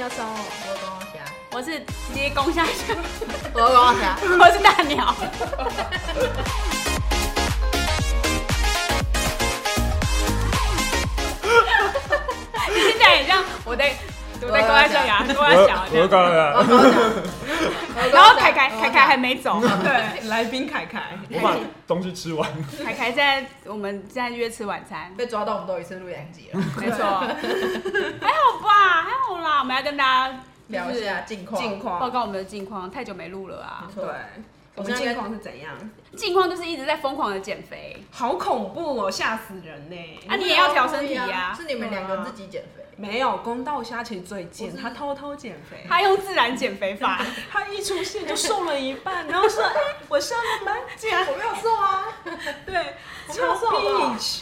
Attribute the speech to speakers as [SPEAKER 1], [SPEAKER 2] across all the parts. [SPEAKER 1] 要送我，
[SPEAKER 2] 我讲啥？
[SPEAKER 1] 我是直接攻下去，
[SPEAKER 2] 我讲啥？
[SPEAKER 1] 我是大鸟。你听起来很像我在我在关小牙，
[SPEAKER 3] 我
[SPEAKER 1] 关小
[SPEAKER 3] 我
[SPEAKER 1] 牙。
[SPEAKER 3] 讲了，
[SPEAKER 1] 然后凯凯凯凯
[SPEAKER 2] 哦
[SPEAKER 1] 还没走，
[SPEAKER 4] 对，来宾凯凯，
[SPEAKER 3] 我把东西吃完，
[SPEAKER 1] 凯凯在我们现在约吃晚餐，
[SPEAKER 2] 被抓到，我们都一次录两集了，
[SPEAKER 1] 没错，还好吧，还好啦，我们要跟大家
[SPEAKER 2] 聊一下近况。
[SPEAKER 4] 近
[SPEAKER 1] 报
[SPEAKER 4] 况，
[SPEAKER 1] 告我们的近况，太久没录了啊
[SPEAKER 2] 没。错
[SPEAKER 4] 对，哦我们近况是怎样？
[SPEAKER 1] 近况就是一直在疯狂的减肥，
[SPEAKER 4] 好恐怖哦，吓死人呢！
[SPEAKER 1] 啊你也要调身体呀
[SPEAKER 2] 不一样是你啊们两个自己减肥。
[SPEAKER 4] 没有，公道虾其实最贱，
[SPEAKER 2] 不是
[SPEAKER 4] 他偷偷减肥，
[SPEAKER 1] 他用自然减肥 法。
[SPEAKER 4] 他一出现就瘦了一半，然后 说：“哎，我上了班，竟然
[SPEAKER 2] 我没有瘦啊，
[SPEAKER 4] 对，
[SPEAKER 2] 我没有
[SPEAKER 4] 超
[SPEAKER 2] 瘦好不好
[SPEAKER 4] bitch，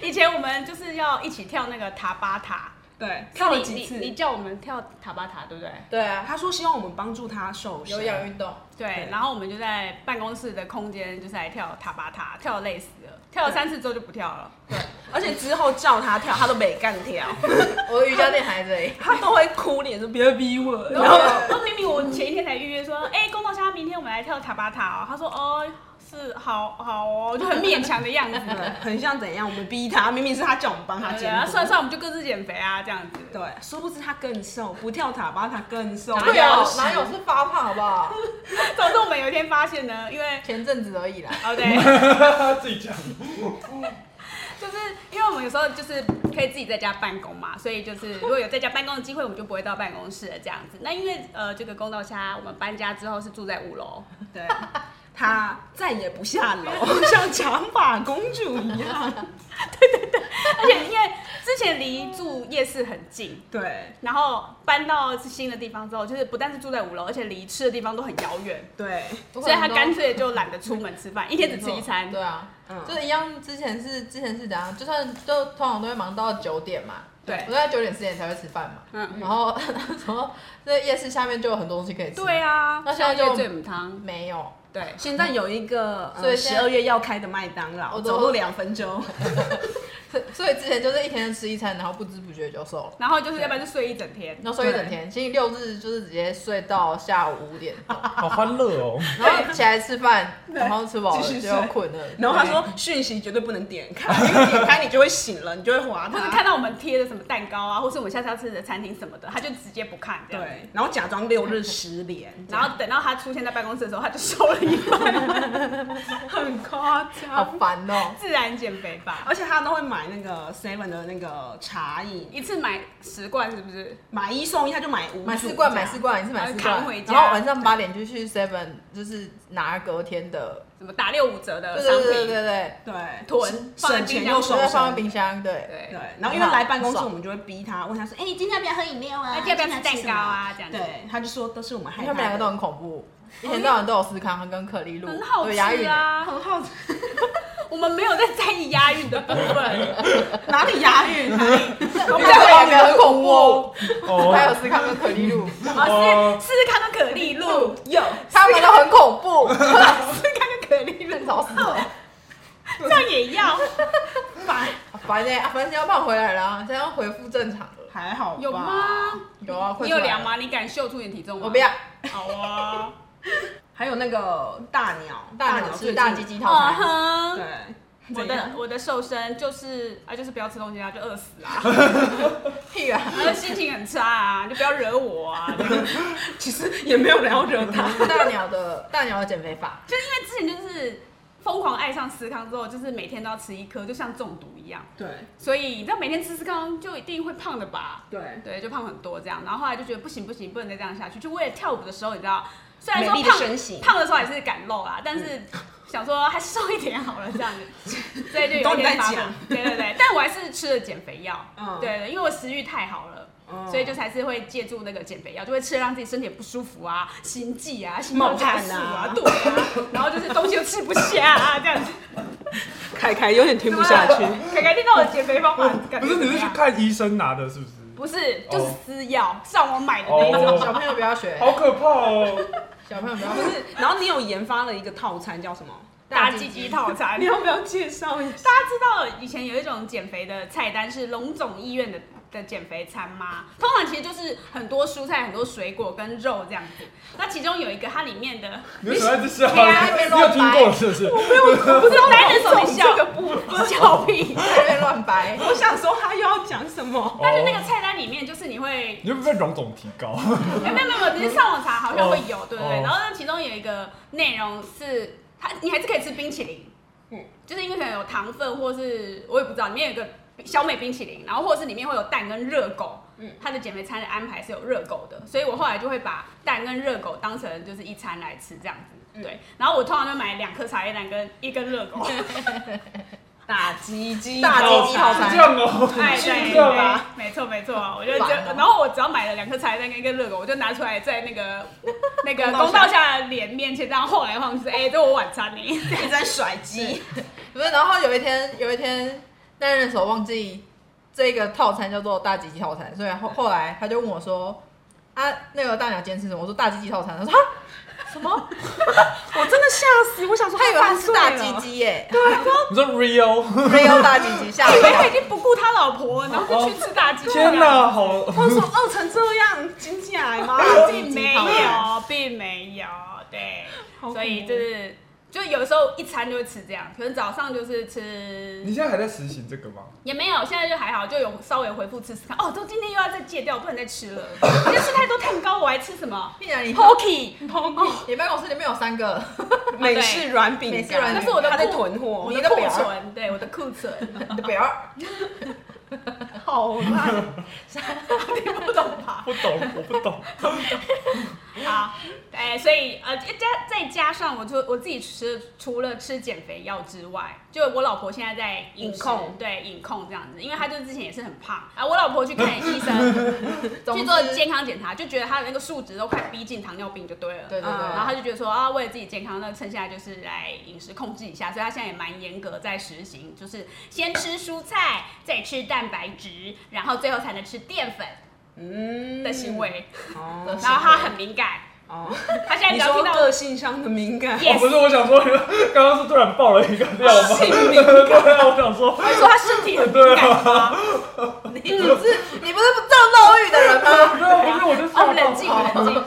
[SPEAKER 1] 以前我们就是要一起跳那个塔巴塔，
[SPEAKER 4] 对，跳了
[SPEAKER 1] 你
[SPEAKER 4] 几次
[SPEAKER 1] 你？你叫我们跳塔巴塔，对不对？
[SPEAKER 2] 对啊，
[SPEAKER 4] 他说希望我们帮助他瘦身
[SPEAKER 2] 有，氧运动，
[SPEAKER 1] 对
[SPEAKER 4] 对，
[SPEAKER 1] 然后我们就在办公室的空间，就是来跳塔巴塔，跳得累死了，跳了三次之后就不跳了。
[SPEAKER 4] 而且之后叫他 跳，他都没干跳，
[SPEAKER 2] 我的瑜伽垫还在这里。
[SPEAKER 4] 他都会哭脸说：“别逼我。”
[SPEAKER 1] 然
[SPEAKER 4] 然
[SPEAKER 1] 后
[SPEAKER 4] 后
[SPEAKER 1] 然后明明我 前一天才预约说，哎、公道虾明天我们来跳塔巴塔哦，他说哦是好好哦，就很勉强的样 子。
[SPEAKER 4] 很像怎样？我们逼他，明明是他叫我们帮他
[SPEAKER 1] 对
[SPEAKER 4] 减
[SPEAKER 1] 啊，
[SPEAKER 4] 肥，
[SPEAKER 1] 算了算了，我们就各自减肥啊，这样子。
[SPEAKER 4] 对，殊不知他更瘦，不跳塔巴他更瘦。
[SPEAKER 1] 哪
[SPEAKER 2] 对啊
[SPEAKER 1] 有，
[SPEAKER 2] 哪有是发胖好不好？
[SPEAKER 1] 总之我们有一天发现呢，因为
[SPEAKER 2] 前阵子而已啦。
[SPEAKER 1] 哦对。
[SPEAKER 3] 自己讲。
[SPEAKER 1] 就是因为我们有时候就是可以自己在家办公嘛，所以就是如果有在家办公的机会，我们就不会到办公室了这样子。那因为呃，这个公道虾我们搬家之后是住在五楼，
[SPEAKER 4] 对，他再也不 下楼，像长发公主一样。
[SPEAKER 1] 而且因为之前离住夜市很近，
[SPEAKER 4] 对
[SPEAKER 1] 然后搬到新的地方之后，就是不但是住在五楼，而且离吃的地方都很遥远，
[SPEAKER 4] 对，
[SPEAKER 1] 所以他干脆就懒得出门吃饭，一天只吃一餐。
[SPEAKER 2] 对啊，
[SPEAKER 4] 嗯
[SPEAKER 2] 就是一样。之前是之前是怎样？就算都通常都会忙到九点嘛，
[SPEAKER 1] 对
[SPEAKER 2] 我在九点之前才会吃饭嘛。
[SPEAKER 1] 嗯
[SPEAKER 2] 然后 那时候在夜市下面就有很多东西可以吃。
[SPEAKER 1] 对，啊，
[SPEAKER 2] 那现在就
[SPEAKER 1] 醉母汤，
[SPEAKER 2] 没有，
[SPEAKER 1] 对，
[SPEAKER 4] 现在有一个
[SPEAKER 2] 所以
[SPEAKER 4] 呃
[SPEAKER 2] 现
[SPEAKER 4] 十
[SPEAKER 2] 在
[SPEAKER 4] 二月要开的麦当劳，
[SPEAKER 2] 我都
[SPEAKER 4] 走路两分钟。
[SPEAKER 2] 所以之前就是一天吃一餐，然后不知不觉就瘦了。
[SPEAKER 1] 然后就是要不然就睡一整天，
[SPEAKER 2] 然后睡一整天，星期六日就是直接睡到下午五点，
[SPEAKER 1] 啊
[SPEAKER 3] 好欢乐 哦！
[SPEAKER 2] 然后起来吃饭，
[SPEAKER 4] 对
[SPEAKER 2] 然后吃饱了
[SPEAKER 4] 继续
[SPEAKER 2] 就
[SPEAKER 4] 睡
[SPEAKER 2] 要困了。
[SPEAKER 4] 然后他说讯息绝对不能点开，因为点开你就会醒了，你就会划
[SPEAKER 1] 或者
[SPEAKER 4] 它。
[SPEAKER 1] 看到我们贴的什么蛋糕啊，或是我们下次要吃的餐厅什么的，他就直接不看这样。
[SPEAKER 4] 对，然后假装六日失联，
[SPEAKER 2] 嗯
[SPEAKER 1] 然后等到他出现在办公室的时候，他就瘦了一半，很夸
[SPEAKER 2] 好
[SPEAKER 1] 张。
[SPEAKER 2] 烦哦、
[SPEAKER 1] 自然减肥呃吧，
[SPEAKER 4] 而且他都会买那个 Seven 的那个茶饮，
[SPEAKER 1] 一次买十罐是不是？
[SPEAKER 4] 买一送一，他就买五组
[SPEAKER 2] 买四罐，
[SPEAKER 4] 这
[SPEAKER 2] 买
[SPEAKER 4] 样
[SPEAKER 2] 四罐，你是买四
[SPEAKER 1] 啊扛回
[SPEAKER 2] 罐，
[SPEAKER 1] 家
[SPEAKER 2] 然后晚上八点就去 Seven，就是拿隔天的，
[SPEAKER 1] 什么打六五折的
[SPEAKER 2] 对
[SPEAKER 1] 呃商
[SPEAKER 2] 对
[SPEAKER 1] 品？
[SPEAKER 2] 对对对，
[SPEAKER 4] 对，
[SPEAKER 1] 囤放在
[SPEAKER 4] 省钱
[SPEAKER 1] 冰箱
[SPEAKER 4] 又
[SPEAKER 1] 里
[SPEAKER 2] 就
[SPEAKER 4] 省
[SPEAKER 2] 在
[SPEAKER 4] 钱。
[SPEAKER 2] 放在冰箱，对，
[SPEAKER 1] 对
[SPEAKER 4] 对，然后因为来办公室，我们就会逼他，问他说：“哎、你今天要不要喝饮料啊？
[SPEAKER 1] 那要不要吃蛋糕？啊？这样子。
[SPEAKER 4] 对，他就说都是我们害
[SPEAKER 2] 他
[SPEAKER 4] 怕
[SPEAKER 2] 们
[SPEAKER 4] 的。
[SPEAKER 2] 两个都很恐怖，一天到晚都有思康跟可丽露，
[SPEAKER 1] 很好
[SPEAKER 2] 有
[SPEAKER 1] 吃
[SPEAKER 2] 牙韵，
[SPEAKER 1] 啊，很好吃。我们没有在在意押韵的部分，
[SPEAKER 4] 哪里押韵？哪里
[SPEAKER 2] 我
[SPEAKER 1] 我
[SPEAKER 2] 们
[SPEAKER 1] 们在
[SPEAKER 2] 两个
[SPEAKER 1] 玩
[SPEAKER 2] 也很 恐怖，还有
[SPEAKER 3] 哦，
[SPEAKER 2] 思康跟可丽露，
[SPEAKER 1] 哦，是是看到可丽 露，
[SPEAKER 4] 有
[SPEAKER 2] 他们都很恐 怖，
[SPEAKER 1] 是看到可丽露，
[SPEAKER 2] 吵死了，
[SPEAKER 1] 这样也要？
[SPEAKER 4] 吧？
[SPEAKER 2] 烦哎，啊反正要胖回来啦，这样恢复正常了，
[SPEAKER 4] 还好吧
[SPEAKER 1] 有吗？
[SPEAKER 2] 有啊，快
[SPEAKER 1] 你
[SPEAKER 2] 出
[SPEAKER 1] 有
[SPEAKER 2] 来了
[SPEAKER 1] 量？吗？你敢秀出你的体重吗？
[SPEAKER 2] 我不要，
[SPEAKER 1] 好啊，
[SPEAKER 4] 还有那个大鸟，
[SPEAKER 2] 大鸟
[SPEAKER 4] 最
[SPEAKER 2] 吃
[SPEAKER 4] 近
[SPEAKER 2] 大鸡鸡
[SPEAKER 1] 嗯
[SPEAKER 2] 套餐，
[SPEAKER 1] 哼。
[SPEAKER 4] 对，
[SPEAKER 1] 我
[SPEAKER 4] 怎样
[SPEAKER 1] 的我的瘦身就是啊，就是不要吃东西啊，就饿死 啊，
[SPEAKER 2] 屁啊！
[SPEAKER 1] 然后心情很差啊，就不要惹我啊。 就是因
[SPEAKER 4] 其实也没有人要惹他。
[SPEAKER 2] 大鸟的大鸟的减肥法，
[SPEAKER 1] 为之前就是疯狂爱上思康之后，就是每天都要吃一颗，就像中毒一样。
[SPEAKER 4] 对
[SPEAKER 1] 所以你知道每天吃思康就一定会胖的吧？
[SPEAKER 4] 对，
[SPEAKER 1] 对，就胖很多这样。然后后来就觉得不行不行，不能再这样下去。就为了跳舞的时候，你知道，虽然说
[SPEAKER 4] 美丽的
[SPEAKER 1] 胖
[SPEAKER 4] 身形
[SPEAKER 1] 胖的时候还是敢露啊，但是想说还是瘦一点好了这样子，所以就有
[SPEAKER 4] 都
[SPEAKER 1] 一
[SPEAKER 4] 你
[SPEAKER 1] 点
[SPEAKER 4] 在
[SPEAKER 1] 发
[SPEAKER 4] 讲
[SPEAKER 1] 疯。对对对，但我还是吃了减肥药。
[SPEAKER 4] 嗯
[SPEAKER 1] 对对，因为我食欲太好了。
[SPEAKER 4] 嗯
[SPEAKER 1] 所以就是还是会借助那个减肥药，就会吃得让自己身体不舒服啊，心悸啊，心
[SPEAKER 4] 冒
[SPEAKER 1] 跳加
[SPEAKER 4] 汗
[SPEAKER 1] 速
[SPEAKER 4] 啊
[SPEAKER 1] 对啊，然后就是东西又吃不下啊，这样子。
[SPEAKER 4] 凯凯有点听不下去。
[SPEAKER 1] 凯凯听到我的减肥方法，感觉
[SPEAKER 3] 嗯不
[SPEAKER 1] 怎
[SPEAKER 3] 是，
[SPEAKER 1] 么
[SPEAKER 3] 你是去
[SPEAKER 1] 样？
[SPEAKER 3] 看医生拿的，是不是？
[SPEAKER 1] 不是，就是
[SPEAKER 3] 哦
[SPEAKER 1] 私药，上网买的那一种。
[SPEAKER 3] 哦
[SPEAKER 2] 小朋友不要学，
[SPEAKER 3] 好可怕哦！
[SPEAKER 2] 小朋友不要
[SPEAKER 4] 不
[SPEAKER 2] 学，
[SPEAKER 4] 是，然后你有研发了一个套餐叫什么？
[SPEAKER 1] 大
[SPEAKER 2] 大
[SPEAKER 1] 鸡鸡
[SPEAKER 2] 鸡鸡
[SPEAKER 1] 套餐
[SPEAKER 4] 你。要不要介绍一下？
[SPEAKER 1] 大家知道以前有一种减肥的菜单是龙总医院的的减肥餐吗？通常其实就是很多蔬菜、很多水果跟肉这样子。那其中有一个它里面的，
[SPEAKER 3] 你为什么在这笑？
[SPEAKER 2] 你还在那边
[SPEAKER 3] 你有
[SPEAKER 2] 乱
[SPEAKER 3] 听
[SPEAKER 2] 掰
[SPEAKER 3] 过是不是？
[SPEAKER 1] 不是单人手你
[SPEAKER 4] 这
[SPEAKER 1] 笑
[SPEAKER 4] 个部 分，
[SPEAKER 1] 笑屁，
[SPEAKER 2] 在那边乱掰。
[SPEAKER 4] 我想说他又要讲什么？
[SPEAKER 1] 但是那个
[SPEAKER 3] 哦
[SPEAKER 1] 菜单里面就是你 会
[SPEAKER 3] 你会不会容总提高？
[SPEAKER 1] 哎、没有没有没有，你是上网查好像会有，
[SPEAKER 3] 哦
[SPEAKER 1] 对不对？
[SPEAKER 3] 哦
[SPEAKER 1] 然后那其中有一个内容是，它你还是可以吃冰淇淋，嗯，就是因为可能有糖分，或是我也不知道，里面有一个小美冰淇淋，然后或者是里面会有蛋跟热狗，嗯
[SPEAKER 4] 嗯，
[SPEAKER 1] 它的减肥餐的安排是有热狗的，所以我后来就会把蛋跟热狗当成就是一餐来吃这样
[SPEAKER 3] 嗯
[SPEAKER 1] 子，对。然后我通常就买两颗茶叶蛋跟一根热狗，
[SPEAKER 4] 大鸡鸡
[SPEAKER 2] 大
[SPEAKER 4] 套
[SPEAKER 2] 鸡鸡套
[SPEAKER 4] 餐
[SPEAKER 2] 餐
[SPEAKER 3] 这样哦，
[SPEAKER 1] 哎，
[SPEAKER 3] 是
[SPEAKER 1] 对
[SPEAKER 3] 这样啊。
[SPEAKER 1] 对，没错没错，我就这
[SPEAKER 2] 完了
[SPEAKER 1] 然后我只要买了两颗茶叶蛋跟一个热狗，我就拿出来在那个那个公
[SPEAKER 4] 公道下
[SPEAKER 1] 道下的脸面前这样晃来晃去，哎，这我晚餐呢。
[SPEAKER 4] 一直在甩鸡，
[SPEAKER 2] 不是，然后有一天，有一天，那人手忘记这个套餐叫做大吉吉套餐，所以后后来他就问我说：“啊，那个大鸟今天吃什么？”我说：“大吉吉套餐。”他说：“啊，什么？
[SPEAKER 4] 我真的吓死，我想说
[SPEAKER 2] 他以为他
[SPEAKER 4] 犯
[SPEAKER 2] 是
[SPEAKER 4] 罪
[SPEAKER 2] 大
[SPEAKER 4] 了
[SPEAKER 2] 吉，吉耶，
[SPEAKER 3] 你说 real？
[SPEAKER 2] 没有大吉吉，吓我
[SPEAKER 1] 以
[SPEAKER 2] 一
[SPEAKER 1] 为他已
[SPEAKER 2] 跳。
[SPEAKER 1] 经不顾他老婆，然后就去吃大鸡。
[SPEAKER 3] 天
[SPEAKER 1] 哪！
[SPEAKER 3] 哪，好
[SPEAKER 4] 我说饿成这样，哎经济癌 吗？
[SPEAKER 1] 并没有，并没有，对，
[SPEAKER 4] 好恐怖
[SPEAKER 1] 所以就是就有时候一餐就会吃这样，可能早上就是吃
[SPEAKER 3] 你现在还在实行这个吗？
[SPEAKER 1] 也没有，现在就还好，就有稍微恢复吃吃看。哦，都今天又要再戒掉，不能再吃了，今天吃太多蛋糕，我还吃什么
[SPEAKER 2] 必然 你
[SPEAKER 1] ？Pokey。
[SPEAKER 4] 有，
[SPEAKER 2] 你办公室里面有三个，
[SPEAKER 4] 美式软饼干，
[SPEAKER 2] 美式软饼干
[SPEAKER 1] 那是我的
[SPEAKER 4] 他在
[SPEAKER 1] 库
[SPEAKER 4] 囤货，
[SPEAKER 1] 我
[SPEAKER 4] 你
[SPEAKER 1] 的库
[SPEAKER 4] 表儿
[SPEAKER 1] 存，对我的库存，
[SPEAKER 2] 你的表儿
[SPEAKER 4] 好 烂。
[SPEAKER 1] 听不懂吧？
[SPEAKER 3] 不懂，我不懂。
[SPEAKER 1] 好，哎、所以呃，加再加上我就我自己吃，除了吃减肥药之外，就我老婆现在在饮
[SPEAKER 4] 饮
[SPEAKER 1] 食
[SPEAKER 4] 控
[SPEAKER 1] 对饮控这样子，因为她就之前也是很胖啊，我老婆去看医生
[SPEAKER 2] 总
[SPEAKER 1] 去
[SPEAKER 2] 之
[SPEAKER 1] 做健康检查，就觉得她的那个数值都快逼近糖尿病就对了，
[SPEAKER 2] 对对对，
[SPEAKER 4] 嗯
[SPEAKER 1] 然后她就觉得说啊，为了自己健康，那趁现在就是来饮食控制一下，所以她现在也蛮严格在实行，就是先吃蔬菜，再吃蛋白质，然后最后才能吃淀粉
[SPEAKER 4] 嗯
[SPEAKER 1] 的行，为。
[SPEAKER 2] 嗯
[SPEAKER 4] 哦
[SPEAKER 1] 然后他很敏感，
[SPEAKER 4] 哦，
[SPEAKER 1] 他现在只
[SPEAKER 4] 你
[SPEAKER 1] 要
[SPEAKER 4] 说
[SPEAKER 1] 听到
[SPEAKER 4] 个性上的敏 感，
[SPEAKER 1] Yes
[SPEAKER 3] 哦，不是，我想说，刚刚是突然爆了一个料吗？
[SPEAKER 4] 性敏 感
[SPEAKER 3] 对啊，我想说，
[SPEAKER 1] 他哎说他身体很敏感吗？
[SPEAKER 2] 你不是你不是不造漏欲的人吗？
[SPEAKER 3] 没有，不是，我就
[SPEAKER 1] 哦，
[SPEAKER 3] 吓
[SPEAKER 1] 冷
[SPEAKER 3] 到。
[SPEAKER 1] 静冷静。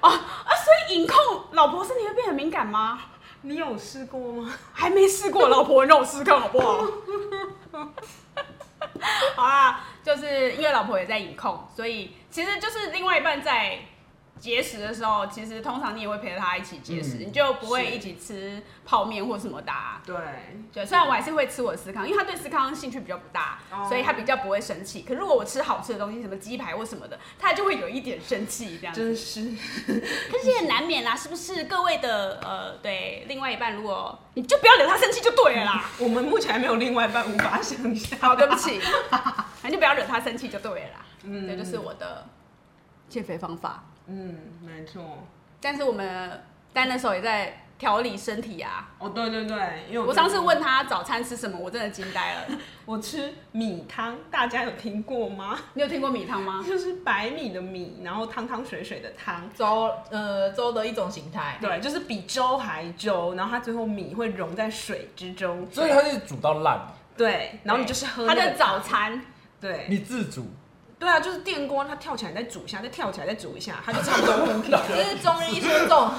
[SPEAKER 1] 哦啊，所以隐控老婆身体会变很敏感吗？
[SPEAKER 4] 你有试过吗？
[SPEAKER 1] 还没试过，老婆你让我试试看好不好？ 好啊，就是因为老婆也在隐控，所以其实就是另外一半在节食的时候，其实通常你也会陪着他一起节食，
[SPEAKER 3] 嗯
[SPEAKER 1] 你就不会一起吃泡面或什么的啊、
[SPEAKER 4] 对，
[SPEAKER 1] 对，虽然我还是会吃我的司康，因为他对司康兴趣比较不大，
[SPEAKER 4] 哦
[SPEAKER 1] 所以他比较不会生气。可如果我吃好吃的东西，什么鸡排或什么的，他就会有一点生气这样子。
[SPEAKER 4] 真是
[SPEAKER 1] 可是也难免啦，是不是？各位的呃，对，另外一半，如果你就不要惹他生气就对了 啦。
[SPEAKER 4] 我们目前还没有另外一半，无法想象。
[SPEAKER 1] 好，对不起，反正就不要惹他生气就对了啦。
[SPEAKER 4] 嗯
[SPEAKER 1] 这就是我的 减肥方法。
[SPEAKER 4] 嗯，没错。
[SPEAKER 1] 但是我们丹的手也在调理身体啊。
[SPEAKER 4] 哦，对对对，因为
[SPEAKER 1] 我上次问他早餐吃什么，我真的惊呆了。
[SPEAKER 4] 我吃米汤，大家有听过吗？
[SPEAKER 1] 你有听过米汤吗？
[SPEAKER 4] 就是白米的米，然后汤汤水水的汤。
[SPEAKER 2] 粥呃粥的一种形态，
[SPEAKER 4] 对，就是比粥还粥，然后它最后米会融在水之中，
[SPEAKER 3] 所以它是煮到烂，
[SPEAKER 4] 对，然后你就是喝
[SPEAKER 1] 他
[SPEAKER 4] 那
[SPEAKER 1] 的
[SPEAKER 4] 个
[SPEAKER 1] 早餐。
[SPEAKER 4] 对
[SPEAKER 3] 你自煮，
[SPEAKER 4] 对啊，就是电锅它跳起来再煮一下，再跳起来再煮一下，它就 差不
[SPEAKER 3] 哦
[SPEAKER 4] 多 OK
[SPEAKER 2] 就
[SPEAKER 4] 了。
[SPEAKER 2] 是中医说这 种，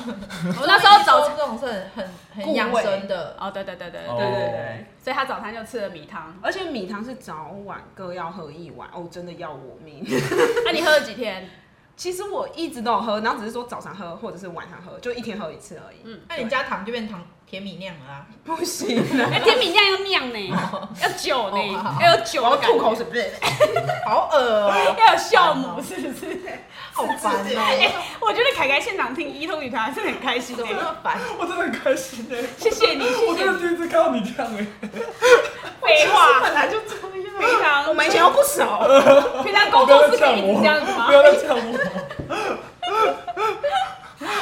[SPEAKER 2] 我
[SPEAKER 1] 那时候早
[SPEAKER 2] 这种是很很
[SPEAKER 4] 顾
[SPEAKER 2] 很
[SPEAKER 4] 胃
[SPEAKER 2] 养生的，
[SPEAKER 1] 哦，对对对对对，
[SPEAKER 3] 哦
[SPEAKER 4] 对对对，
[SPEAKER 1] 所以他早餐就吃了米汤。
[SPEAKER 4] 而且米汤是早晚各要喝一碗，哦，真的要我命。
[SPEAKER 1] 那、啊你喝了几天？
[SPEAKER 4] 其实我一直都有喝，然后只是说早上喝或者是晚上喝，就一天喝一次而已。嗯，
[SPEAKER 2] 那你加糖就变糖甜米酿了啊。
[SPEAKER 4] 不行了，
[SPEAKER 1] 哎、甜米酿要酿呢，要酒
[SPEAKER 2] 哦好
[SPEAKER 1] 呢，
[SPEAKER 2] 好
[SPEAKER 1] 要有酒
[SPEAKER 4] 我要
[SPEAKER 1] 的感
[SPEAKER 4] 吐口
[SPEAKER 1] 觉，
[SPEAKER 4] 水，不是
[SPEAKER 2] 好 恶哦、
[SPEAKER 1] 要有酵母，是不是？
[SPEAKER 2] 好烦
[SPEAKER 4] 是是
[SPEAKER 2] 哦、
[SPEAKER 1] 我觉得凯凯现场听一通女团真的很开心
[SPEAKER 2] 怎么那
[SPEAKER 1] 哎
[SPEAKER 2] 么 烦？
[SPEAKER 3] 我真的很开心哎，
[SPEAKER 1] 谢谢你，谢
[SPEAKER 3] 我
[SPEAKER 1] 谢
[SPEAKER 3] 真的
[SPEAKER 1] 你，
[SPEAKER 3] 第一次看到你这样哎，
[SPEAKER 1] 废
[SPEAKER 4] 我
[SPEAKER 1] 话，
[SPEAKER 4] 本来就这样。
[SPEAKER 1] 平常
[SPEAKER 4] 我们以前又不熟，
[SPEAKER 1] 平常工作是可以一直这样子吗
[SPEAKER 3] 不要再呛我。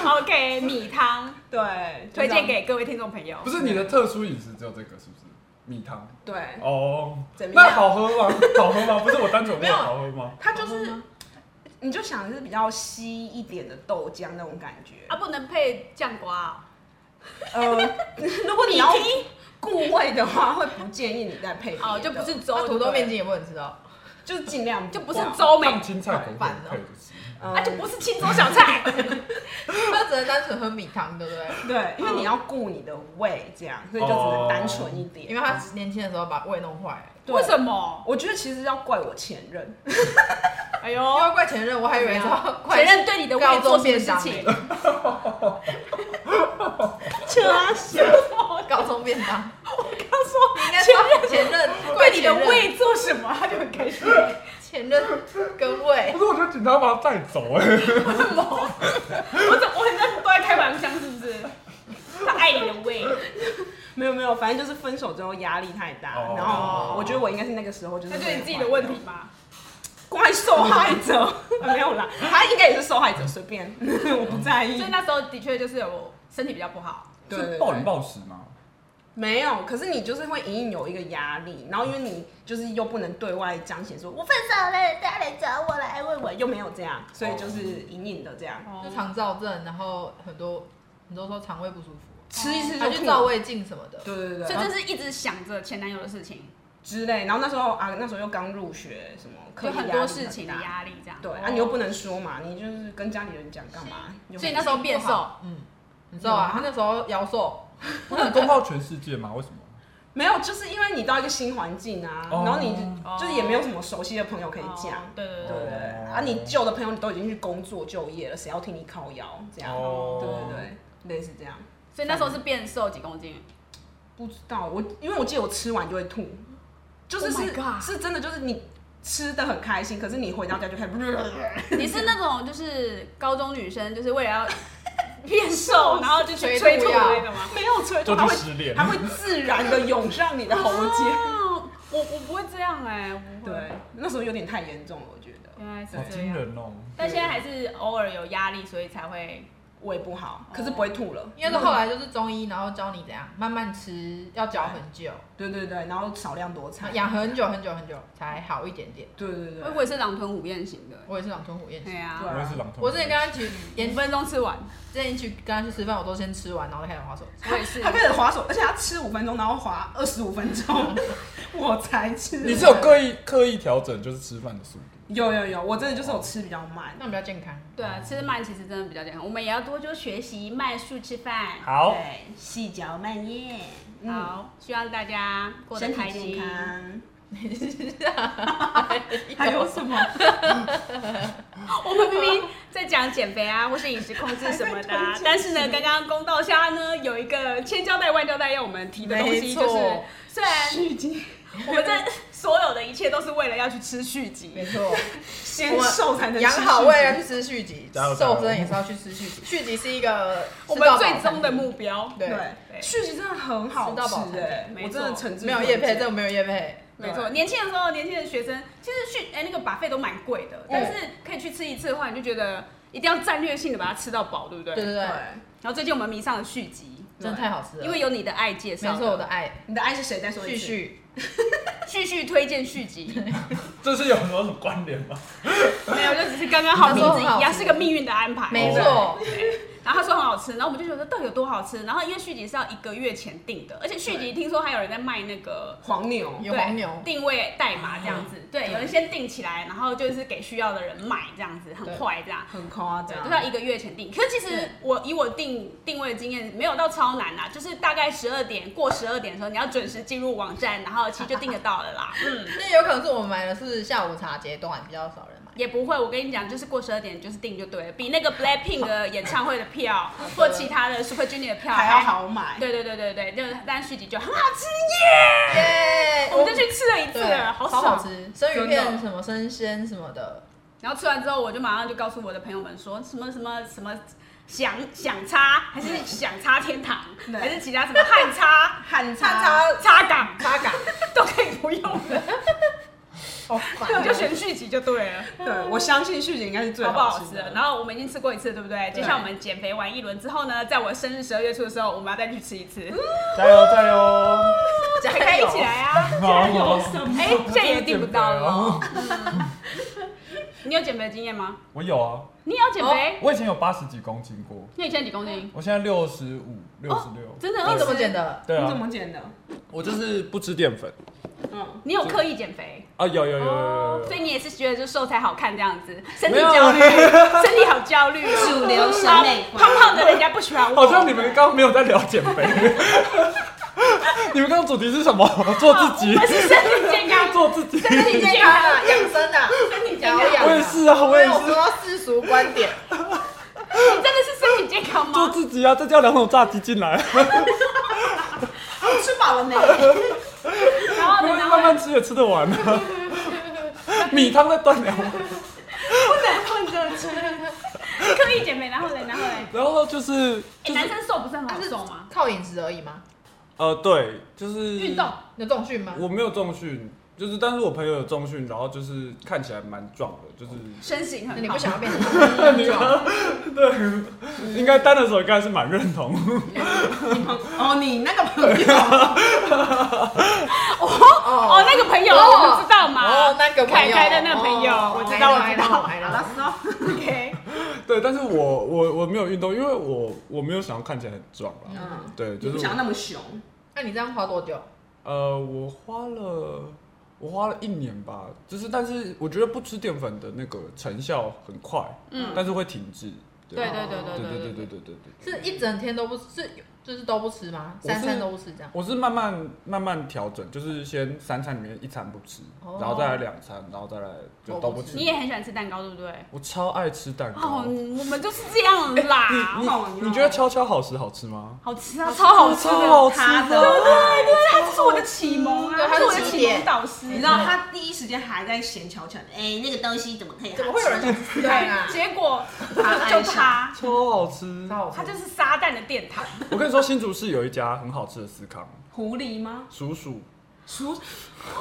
[SPEAKER 1] ？OK，米汤
[SPEAKER 4] 对，就
[SPEAKER 1] 推
[SPEAKER 4] 这
[SPEAKER 1] 荐
[SPEAKER 4] 样
[SPEAKER 1] 给各位听众朋友
[SPEAKER 3] 不。是你的特殊饮食只有这个是不是？米汤
[SPEAKER 4] 对，
[SPEAKER 3] 哦
[SPEAKER 4] 怎，么样
[SPEAKER 3] 那好喝吗？好喝吗？不是我单纯
[SPEAKER 2] 没
[SPEAKER 3] 问
[SPEAKER 2] 有
[SPEAKER 3] 好喝吗？
[SPEAKER 4] 它就是，你就想是比较稀一点的豆浆那种感觉。
[SPEAKER 1] 啊，不能配酱瓜、哦，
[SPEAKER 4] 呃， 如果你要顾胃的话，会不建议你再配别 的
[SPEAKER 1] 哦，就不是
[SPEAKER 2] 那
[SPEAKER 1] 粥，
[SPEAKER 2] 土豆面
[SPEAKER 1] 筋，
[SPEAKER 2] 筋也不能吃哦。
[SPEAKER 4] 就是尽量
[SPEAKER 1] 就不
[SPEAKER 4] 要
[SPEAKER 1] 是粥没，
[SPEAKER 3] 放青菜可不可以配着吃？
[SPEAKER 4] 呃
[SPEAKER 1] 啊，就不是清粥小菜。
[SPEAKER 2] 那只能单纯喝米汤，对不对？
[SPEAKER 4] 对，因为你要顾你的胃，这样，所以就只能单纯一点。
[SPEAKER 2] 因为他年轻的时候把胃弄坏了，
[SPEAKER 4] 对
[SPEAKER 1] 为什么？
[SPEAKER 4] 我觉得其实要怪我前任，
[SPEAKER 1] 哎
[SPEAKER 2] 因
[SPEAKER 1] 呦，
[SPEAKER 2] 为怪前任，我还以为是要怪
[SPEAKER 1] 前任哦对你的胃做什么事情？
[SPEAKER 4] 扯啊笑！
[SPEAKER 2] 高中便当，
[SPEAKER 4] 他说
[SPEAKER 2] 应该说前任怪
[SPEAKER 1] 对你
[SPEAKER 2] 前
[SPEAKER 1] 的
[SPEAKER 2] 任
[SPEAKER 1] 胃做什么，他就很开心。
[SPEAKER 2] 前任跟胃
[SPEAKER 3] 不，是，我觉得警察把他带走哎、
[SPEAKER 1] 为什么？我怎么我很像都在开黄腔，是不是？他爱你的胃，
[SPEAKER 4] 没有没有，反正就是分手之后压力太大，
[SPEAKER 3] 哦
[SPEAKER 4] 然后我觉得我应该是那个时候就是
[SPEAKER 1] 那就是你自己的问题嘛。
[SPEAKER 4] 怪 受害者， 没有啦，他应该也是受害者，随便， 我不在意
[SPEAKER 1] 所以。那时候的确就是我身体比较不好，
[SPEAKER 4] 对
[SPEAKER 3] 是暴饮暴食吗？
[SPEAKER 4] 没有，可是你就是会隐隐有一个压力，然后因为你就是又不能对外彰显说我分手了，大家来找我来安慰我，又没有这样，所以就是隐隐的这
[SPEAKER 1] 哦
[SPEAKER 4] 样，
[SPEAKER 2] 就肠燥症，然后很多很多说肠胃不舒服，
[SPEAKER 4] 吃一吃
[SPEAKER 2] 他
[SPEAKER 4] 就
[SPEAKER 2] 去
[SPEAKER 4] 吐
[SPEAKER 2] 照胃镜什么的，
[SPEAKER 4] 对对对，
[SPEAKER 1] 所以
[SPEAKER 4] 然后
[SPEAKER 1] 就是一直想着前男友的事情，
[SPEAKER 4] 之类。然后那时候啊，那时候又刚入学，什么课
[SPEAKER 1] 有
[SPEAKER 4] 业
[SPEAKER 1] 很
[SPEAKER 4] 压力
[SPEAKER 1] 多
[SPEAKER 4] 很
[SPEAKER 1] 事情的
[SPEAKER 4] 大
[SPEAKER 1] 压力这样。
[SPEAKER 4] 对啊，你又不能说嘛，你就是跟家里人讲干嘛？
[SPEAKER 1] 哦
[SPEAKER 4] 又
[SPEAKER 1] 所以
[SPEAKER 4] 没
[SPEAKER 1] 那时候变瘦，
[SPEAKER 2] 嗯，你知道啊，他那时候腰瘦，
[SPEAKER 3] 不能公告全世界吗？为什么？
[SPEAKER 4] 没有，就是因为你到一个新环境啊，
[SPEAKER 3] 哦
[SPEAKER 4] 然后你
[SPEAKER 1] 哦
[SPEAKER 4] 就是也没有什么熟悉的朋友可以讲。
[SPEAKER 1] 哦对对
[SPEAKER 4] 对
[SPEAKER 1] 对。
[SPEAKER 4] 对对
[SPEAKER 3] 哦
[SPEAKER 4] 啊，你旧的朋友你都已经去工作就业了，谁要听你靠腰这样？
[SPEAKER 3] 哦
[SPEAKER 4] 对啊对对，类似这样。
[SPEAKER 1] 所以那时候是变瘦几公斤，
[SPEAKER 4] 不知道我，因为我记得我吃完就会吐，就是是、
[SPEAKER 1] Oh my god
[SPEAKER 4] 是真的，就是你吃的很开心，可是你回到家就开始
[SPEAKER 1] 你是那种就是高中女生，就是为了要变瘦，然后就去催
[SPEAKER 2] 催
[SPEAKER 1] 吐
[SPEAKER 2] 吐
[SPEAKER 1] 的
[SPEAKER 2] 药
[SPEAKER 1] 那个吗？
[SPEAKER 4] 没有催吐，
[SPEAKER 3] 就
[SPEAKER 4] 它
[SPEAKER 3] 去
[SPEAKER 4] 会
[SPEAKER 3] 失恋
[SPEAKER 4] 它。会自然的涌上你的喉结。
[SPEAKER 1] 哦，我我不会这样哎、我不会。
[SPEAKER 4] 对，那时候有点太严重了，我觉得
[SPEAKER 1] 原来是
[SPEAKER 3] 好
[SPEAKER 1] 这
[SPEAKER 3] 惊
[SPEAKER 1] 样。
[SPEAKER 3] 人哦！
[SPEAKER 1] 但现在还是偶尔有压力，所以才会
[SPEAKER 4] 胃不好，可是不会吐了。
[SPEAKER 2] 应该是后来就是中医，然后教你怎样慢慢吃，要嚼很久，
[SPEAKER 4] 对对对，然后少量多餐。
[SPEAKER 2] 啊养很久很久很久才好一点点。
[SPEAKER 4] 对对对，
[SPEAKER 1] 我也是狼吞虎咽型的。
[SPEAKER 2] 我也是狼吞虎咽
[SPEAKER 1] 对
[SPEAKER 2] 型，
[SPEAKER 1] 呀、
[SPEAKER 4] 对
[SPEAKER 1] 啊，
[SPEAKER 3] 我也是朗通。
[SPEAKER 2] 我之前跟他一起
[SPEAKER 1] 五
[SPEAKER 2] 研，
[SPEAKER 1] 分钟吃完，
[SPEAKER 2] 之前一起跟他去吃饭，我都先吃完，然后再开始划手机。
[SPEAKER 1] 我也是。
[SPEAKER 4] 他开始划手，而且他吃五分钟，然后划二十五分钟， 我才吃。
[SPEAKER 3] 你是有刻意刻意调整，就是吃饭的速度。
[SPEAKER 4] 有有有，我真的就是有吃比较慢。
[SPEAKER 2] 那比较健康。
[SPEAKER 1] 对啊，吃慢其实真的比较健康，我们也要多多学习慢速吃饭。
[SPEAKER 3] 好，
[SPEAKER 4] 对，细嚼慢咽，嗯，
[SPEAKER 1] 好，希望大家过得
[SPEAKER 4] 身
[SPEAKER 1] 开
[SPEAKER 4] 体
[SPEAKER 1] 心
[SPEAKER 4] 健。康。
[SPEAKER 2] 还
[SPEAKER 4] 还有什么？
[SPEAKER 1] 我们明明在讲减肥 啊，或是饮食控制什么的、啊，但是呢，刚刚公道虾呢有一个千交代万交代要我们提的东西，
[SPEAKER 2] 没
[SPEAKER 1] 就
[SPEAKER 2] 错
[SPEAKER 1] 是虽然
[SPEAKER 4] 续集，
[SPEAKER 1] 我们这所有的一切都是为了要去吃续集，
[SPEAKER 2] 没 错，
[SPEAKER 4] 先瘦才能
[SPEAKER 2] 养
[SPEAKER 4] 吃
[SPEAKER 2] 好
[SPEAKER 4] 续集
[SPEAKER 2] 胃要去吃续集，
[SPEAKER 3] 加油加油
[SPEAKER 2] 瘦身也是要去吃续集。续集是一个
[SPEAKER 1] 我
[SPEAKER 2] 吃
[SPEAKER 1] 们
[SPEAKER 2] 到饱
[SPEAKER 1] 最
[SPEAKER 2] 餐
[SPEAKER 1] 终的目标。
[SPEAKER 2] 对
[SPEAKER 1] 对
[SPEAKER 4] 对，续集真的很好
[SPEAKER 2] 吃到饱
[SPEAKER 4] 吃
[SPEAKER 2] 才
[SPEAKER 4] 哎，
[SPEAKER 1] 没
[SPEAKER 4] 我
[SPEAKER 1] 错
[SPEAKER 4] 真的诚挚
[SPEAKER 2] 没有
[SPEAKER 4] 推
[SPEAKER 2] 叶配，
[SPEAKER 4] 荐
[SPEAKER 2] 这个没有叶配。
[SPEAKER 1] 没错，年轻的时候，年轻的学生其实去哎、那个把费都蛮贵
[SPEAKER 2] 嗯
[SPEAKER 1] 的，但是可以去吃一次的话，你就觉得一定要战略性的把它吃到饱，对不对？
[SPEAKER 2] 对对对，
[SPEAKER 1] 然后最近我们迷上了续集，
[SPEAKER 2] 真的太好吃了。
[SPEAKER 1] 因为有你的爱介绍，
[SPEAKER 2] 没错，我的爱
[SPEAKER 4] 你的爱是谁？再说一
[SPEAKER 2] 续
[SPEAKER 4] 次。
[SPEAKER 2] 续，
[SPEAKER 1] 续续推荐续 集，
[SPEAKER 3] 这是有没有什么关联吗？
[SPEAKER 1] 没有，就只是刚刚好名字一
[SPEAKER 2] 他说很好
[SPEAKER 1] 样，
[SPEAKER 2] 吃
[SPEAKER 1] 是个命运的安排。
[SPEAKER 2] 没错，
[SPEAKER 1] 然后他说很好吃，然后我们就觉得到底有多好吃？然后因为续集是要一个月前订的，而且续集听说还有人在卖那个
[SPEAKER 4] 黄牛，
[SPEAKER 2] 有黄牛嗯
[SPEAKER 1] 对定位代码这样子，对，有人先定起来，然后就是给需要的人买这样子，很
[SPEAKER 2] 对
[SPEAKER 1] 快这样。
[SPEAKER 4] 很夸
[SPEAKER 1] 对，
[SPEAKER 4] 张，
[SPEAKER 1] 就是要一个月前定。可是其实
[SPEAKER 2] 对
[SPEAKER 1] 我以我定定位的经验，没有到超难啦，就是大概十二点过十二点的时候，你要准时进入网站，然后其实就订得到了啦。嗯，
[SPEAKER 2] 那有可能是我们买的是下午茶阶段，比较 少人买。
[SPEAKER 1] 也不会，我跟你讲，就是过十二点就是订就对了，比那个 Blackpink 的演唱会的票或其他的 Super Junior 的票
[SPEAKER 4] 还要。好买。
[SPEAKER 1] 对对对对对，就是但续集就很好吃耶
[SPEAKER 2] 耶
[SPEAKER 1] 我们就去吃了一次
[SPEAKER 2] 对，
[SPEAKER 1] 了，好
[SPEAKER 2] 超
[SPEAKER 1] 爽。
[SPEAKER 2] 好吃，生鱼
[SPEAKER 4] 真
[SPEAKER 2] 片
[SPEAKER 4] 的
[SPEAKER 2] 什么生鲜什么的，
[SPEAKER 1] 然后吃完之后，我就马上就告诉我的朋友们说什么什么什么想想叉，还是想叉天堂，
[SPEAKER 4] 对
[SPEAKER 1] 还是其他什么汉叉、
[SPEAKER 4] 汉
[SPEAKER 1] 叉
[SPEAKER 4] 叉
[SPEAKER 1] 叉叉港
[SPEAKER 4] 八嘎，
[SPEAKER 1] 都可以不用了，
[SPEAKER 2] 好烦
[SPEAKER 1] 我就选续集就对了。
[SPEAKER 4] 对我相信续集应该是最
[SPEAKER 1] 好不好
[SPEAKER 4] 吃
[SPEAKER 1] 吃的？
[SPEAKER 4] 的。
[SPEAKER 1] 然后我们已经吃过一次，对不对？接下来我们减肥完一轮之后呢，在我生日十二月初的时候，我们要再去吃一次，
[SPEAKER 3] 加油加油！
[SPEAKER 1] 大家 一起来啊！
[SPEAKER 3] 好，啊
[SPEAKER 1] 哎，现在也订不到了哦。你有减肥经验吗？
[SPEAKER 3] 我有啊，
[SPEAKER 1] 你也要减肥？
[SPEAKER 3] 我以前有八十几公斤过，
[SPEAKER 1] 那你现在几公斤？
[SPEAKER 3] 我现在六十五、六十六。
[SPEAKER 1] 哦真的
[SPEAKER 2] 你
[SPEAKER 1] 二
[SPEAKER 2] 怎么减
[SPEAKER 1] 十？
[SPEAKER 2] 的？
[SPEAKER 3] 对
[SPEAKER 4] 你怎
[SPEAKER 3] 啊，
[SPEAKER 4] 么减 的？
[SPEAKER 3] 我就是不吃淀粉
[SPEAKER 4] 嗯，
[SPEAKER 1] 你有刻意减肥，
[SPEAKER 3] 啊，有有有有有有
[SPEAKER 1] 哦所
[SPEAKER 3] 有。
[SPEAKER 1] 以你也是觉得就瘦才好看这样子，身体
[SPEAKER 3] 没有
[SPEAKER 1] 焦虑，身体好焦虑哦，
[SPEAKER 5] 主流审美观
[SPEAKER 1] 胖胖的人家不喜欢我。
[SPEAKER 3] 好 像你们刚刚没有在聊减肥，你们刚刚主题是什么？做自己
[SPEAKER 1] 哦我，是身体健康，
[SPEAKER 3] 做自己。
[SPEAKER 2] 身体健康啊，养生啊，
[SPEAKER 1] 身体健
[SPEAKER 2] 疗
[SPEAKER 1] 康，
[SPEAKER 2] 养啊。
[SPEAKER 3] 我也是啊，我也
[SPEAKER 2] 有说
[SPEAKER 3] 是。
[SPEAKER 2] 到世俗观 点，
[SPEAKER 1] 你真的是身体健康
[SPEAKER 3] 做
[SPEAKER 1] 吗？
[SPEAKER 3] 自己啊，再叫两种炸鸡进来，
[SPEAKER 1] 哦
[SPEAKER 4] 吃饱 了没？
[SPEAKER 1] 然后呢，然后
[SPEAKER 3] 慢慢吃也吃 得完啊。米汤再断两碗，
[SPEAKER 1] 不能混着吃，刻意减肥，然后嘞，然后嘞，
[SPEAKER 3] 然后就是
[SPEAKER 1] 哎，
[SPEAKER 3] 就
[SPEAKER 1] 男
[SPEAKER 3] 是
[SPEAKER 1] 生瘦不是很好瘦吗？
[SPEAKER 2] 靠饮食而已吗？
[SPEAKER 3] 呃，对，就是
[SPEAKER 1] 运动。
[SPEAKER 2] 有重训吗？
[SPEAKER 3] 我没有重训，就是但是我朋友有重训，然后就是看起来蛮壮的，就是
[SPEAKER 1] 身形
[SPEAKER 2] 那
[SPEAKER 1] 很
[SPEAKER 2] 你
[SPEAKER 1] 好
[SPEAKER 2] 不，想要变成那种？
[SPEAKER 3] 应该单的时候应该是蛮认同。
[SPEAKER 4] 哦，你那个朋 友，
[SPEAKER 1] 哦，
[SPEAKER 2] 哦
[SPEAKER 1] 那个朋友
[SPEAKER 2] 哦
[SPEAKER 1] 我不知道
[SPEAKER 2] 哦
[SPEAKER 1] 嘛，，
[SPEAKER 2] 那个朋友
[SPEAKER 1] 凯凯的那个朋友
[SPEAKER 2] 哦
[SPEAKER 1] 我知道
[SPEAKER 2] 来
[SPEAKER 1] 我知道
[SPEAKER 2] 了来了
[SPEAKER 4] 好
[SPEAKER 2] 来
[SPEAKER 4] 了
[SPEAKER 2] 了，，
[SPEAKER 4] 石头。
[SPEAKER 1] OK，
[SPEAKER 3] 对，但是我我我没有运动，因为我我没有想要看起来很壮啦。
[SPEAKER 4] 嗯，
[SPEAKER 3] 对，
[SPEAKER 4] 你
[SPEAKER 3] 就
[SPEAKER 4] 不
[SPEAKER 3] 是
[SPEAKER 4] 想要
[SPEAKER 3] 我
[SPEAKER 4] 那么熊，
[SPEAKER 2] 那你这样花多久？
[SPEAKER 3] 呃，我花了我花了一年吧，就是但是我觉得不吃淀粉的那个成效很快，
[SPEAKER 1] 嗯，
[SPEAKER 3] 但是会停滞。
[SPEAKER 2] 对对对对
[SPEAKER 3] 对对
[SPEAKER 2] 对
[SPEAKER 3] 对对
[SPEAKER 2] 对
[SPEAKER 3] 对对对，
[SPEAKER 2] 是一整天都不是，就是都不吃吗？
[SPEAKER 3] 我是
[SPEAKER 2] 三餐都不吃这样？
[SPEAKER 3] 我是慢慢慢慢调整，就是先三餐里面一餐不吃，
[SPEAKER 2] 哦
[SPEAKER 3] 然后再来两餐，然后再来就都不
[SPEAKER 2] 都不
[SPEAKER 3] 吃
[SPEAKER 2] 吃
[SPEAKER 1] 你。也很喜欢吃蛋糕，哦对不对？
[SPEAKER 3] 我超爱吃蛋糕。
[SPEAKER 1] 哦，我们就是这样啦，哦
[SPEAKER 4] 好
[SPEAKER 3] 你你
[SPEAKER 4] 哟
[SPEAKER 3] 你觉得悄悄好食好吃吗？
[SPEAKER 1] 好吃啊，超好吃
[SPEAKER 3] 超好
[SPEAKER 1] 的。
[SPEAKER 3] 吃
[SPEAKER 4] 他
[SPEAKER 3] 的，
[SPEAKER 4] 的
[SPEAKER 1] 对对，他是我的启蒙啊，
[SPEAKER 2] 对
[SPEAKER 1] 他是
[SPEAKER 2] 他是
[SPEAKER 1] 我的
[SPEAKER 2] 起
[SPEAKER 1] 启
[SPEAKER 2] 点
[SPEAKER 1] 蒙导师，
[SPEAKER 4] 你知道他第一时间还在嫌巧巧的，哎、那个东西怎么可以好吃？
[SPEAKER 2] 怎么会有人想吃蛋啊
[SPEAKER 1] 对，？结果
[SPEAKER 4] 他爱
[SPEAKER 1] 就
[SPEAKER 4] 上
[SPEAKER 1] 他，
[SPEAKER 3] 超好吃。
[SPEAKER 2] 超好吃
[SPEAKER 1] 他就是撒旦的殿堂。
[SPEAKER 3] 我跟你说，新竹市有一家很好吃的司康
[SPEAKER 4] 狐狸吗？
[SPEAKER 3] 鼠鼠，
[SPEAKER 4] 鼠，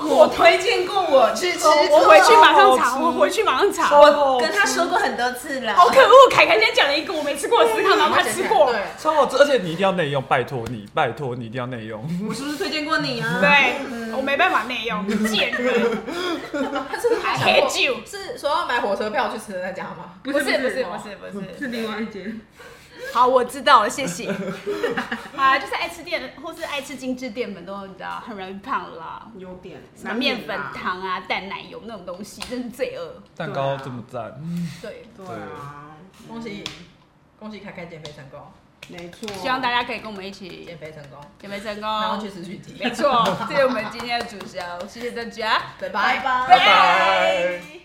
[SPEAKER 4] 我推荐过我去吃，
[SPEAKER 1] 我回去马上
[SPEAKER 3] 超好
[SPEAKER 1] 查，
[SPEAKER 3] 吃
[SPEAKER 1] 我回去马上查。
[SPEAKER 4] 我跟他说过很多次了。
[SPEAKER 1] 好可恶，凯凯今天讲了一个我没吃过的司康，然哦后他吃过。
[SPEAKER 2] 对，
[SPEAKER 3] 超好吃，而且你一定要内用，拜托你，拜托你一定要内用。
[SPEAKER 4] 我是不是推荐过你啊？
[SPEAKER 1] 对，我没办法内用，贱人，
[SPEAKER 2] 他是不是还
[SPEAKER 1] 还
[SPEAKER 2] 想
[SPEAKER 1] hate you
[SPEAKER 2] 过是说要买火车票去吃的那家吗？
[SPEAKER 1] 不是不是不是不是。
[SPEAKER 4] 是另外一间。
[SPEAKER 1] 好，我知道了，谢 谢。啊，就是爱吃淀或是爱吃精致淀粉都你知道，很容易胖啦。
[SPEAKER 4] 有点
[SPEAKER 1] 什么面粉、。糖啊、淡奶油那种东西，真是罪恶。
[SPEAKER 3] 蛋糕这么赞，
[SPEAKER 1] 对，
[SPEAKER 4] 对啊，
[SPEAKER 2] 恭喜恭喜凯凯减肥成功，
[SPEAKER 4] 没错。
[SPEAKER 1] 希望大家可以跟我们一起
[SPEAKER 2] 减肥成功，
[SPEAKER 1] 减肥成
[SPEAKER 2] 然后
[SPEAKER 1] 功
[SPEAKER 2] 去。吃去鸡，
[SPEAKER 1] 哦没错，这是我们今天的主轴，谢谢大家。
[SPEAKER 2] 拜拜
[SPEAKER 4] 拜
[SPEAKER 1] 拜拜。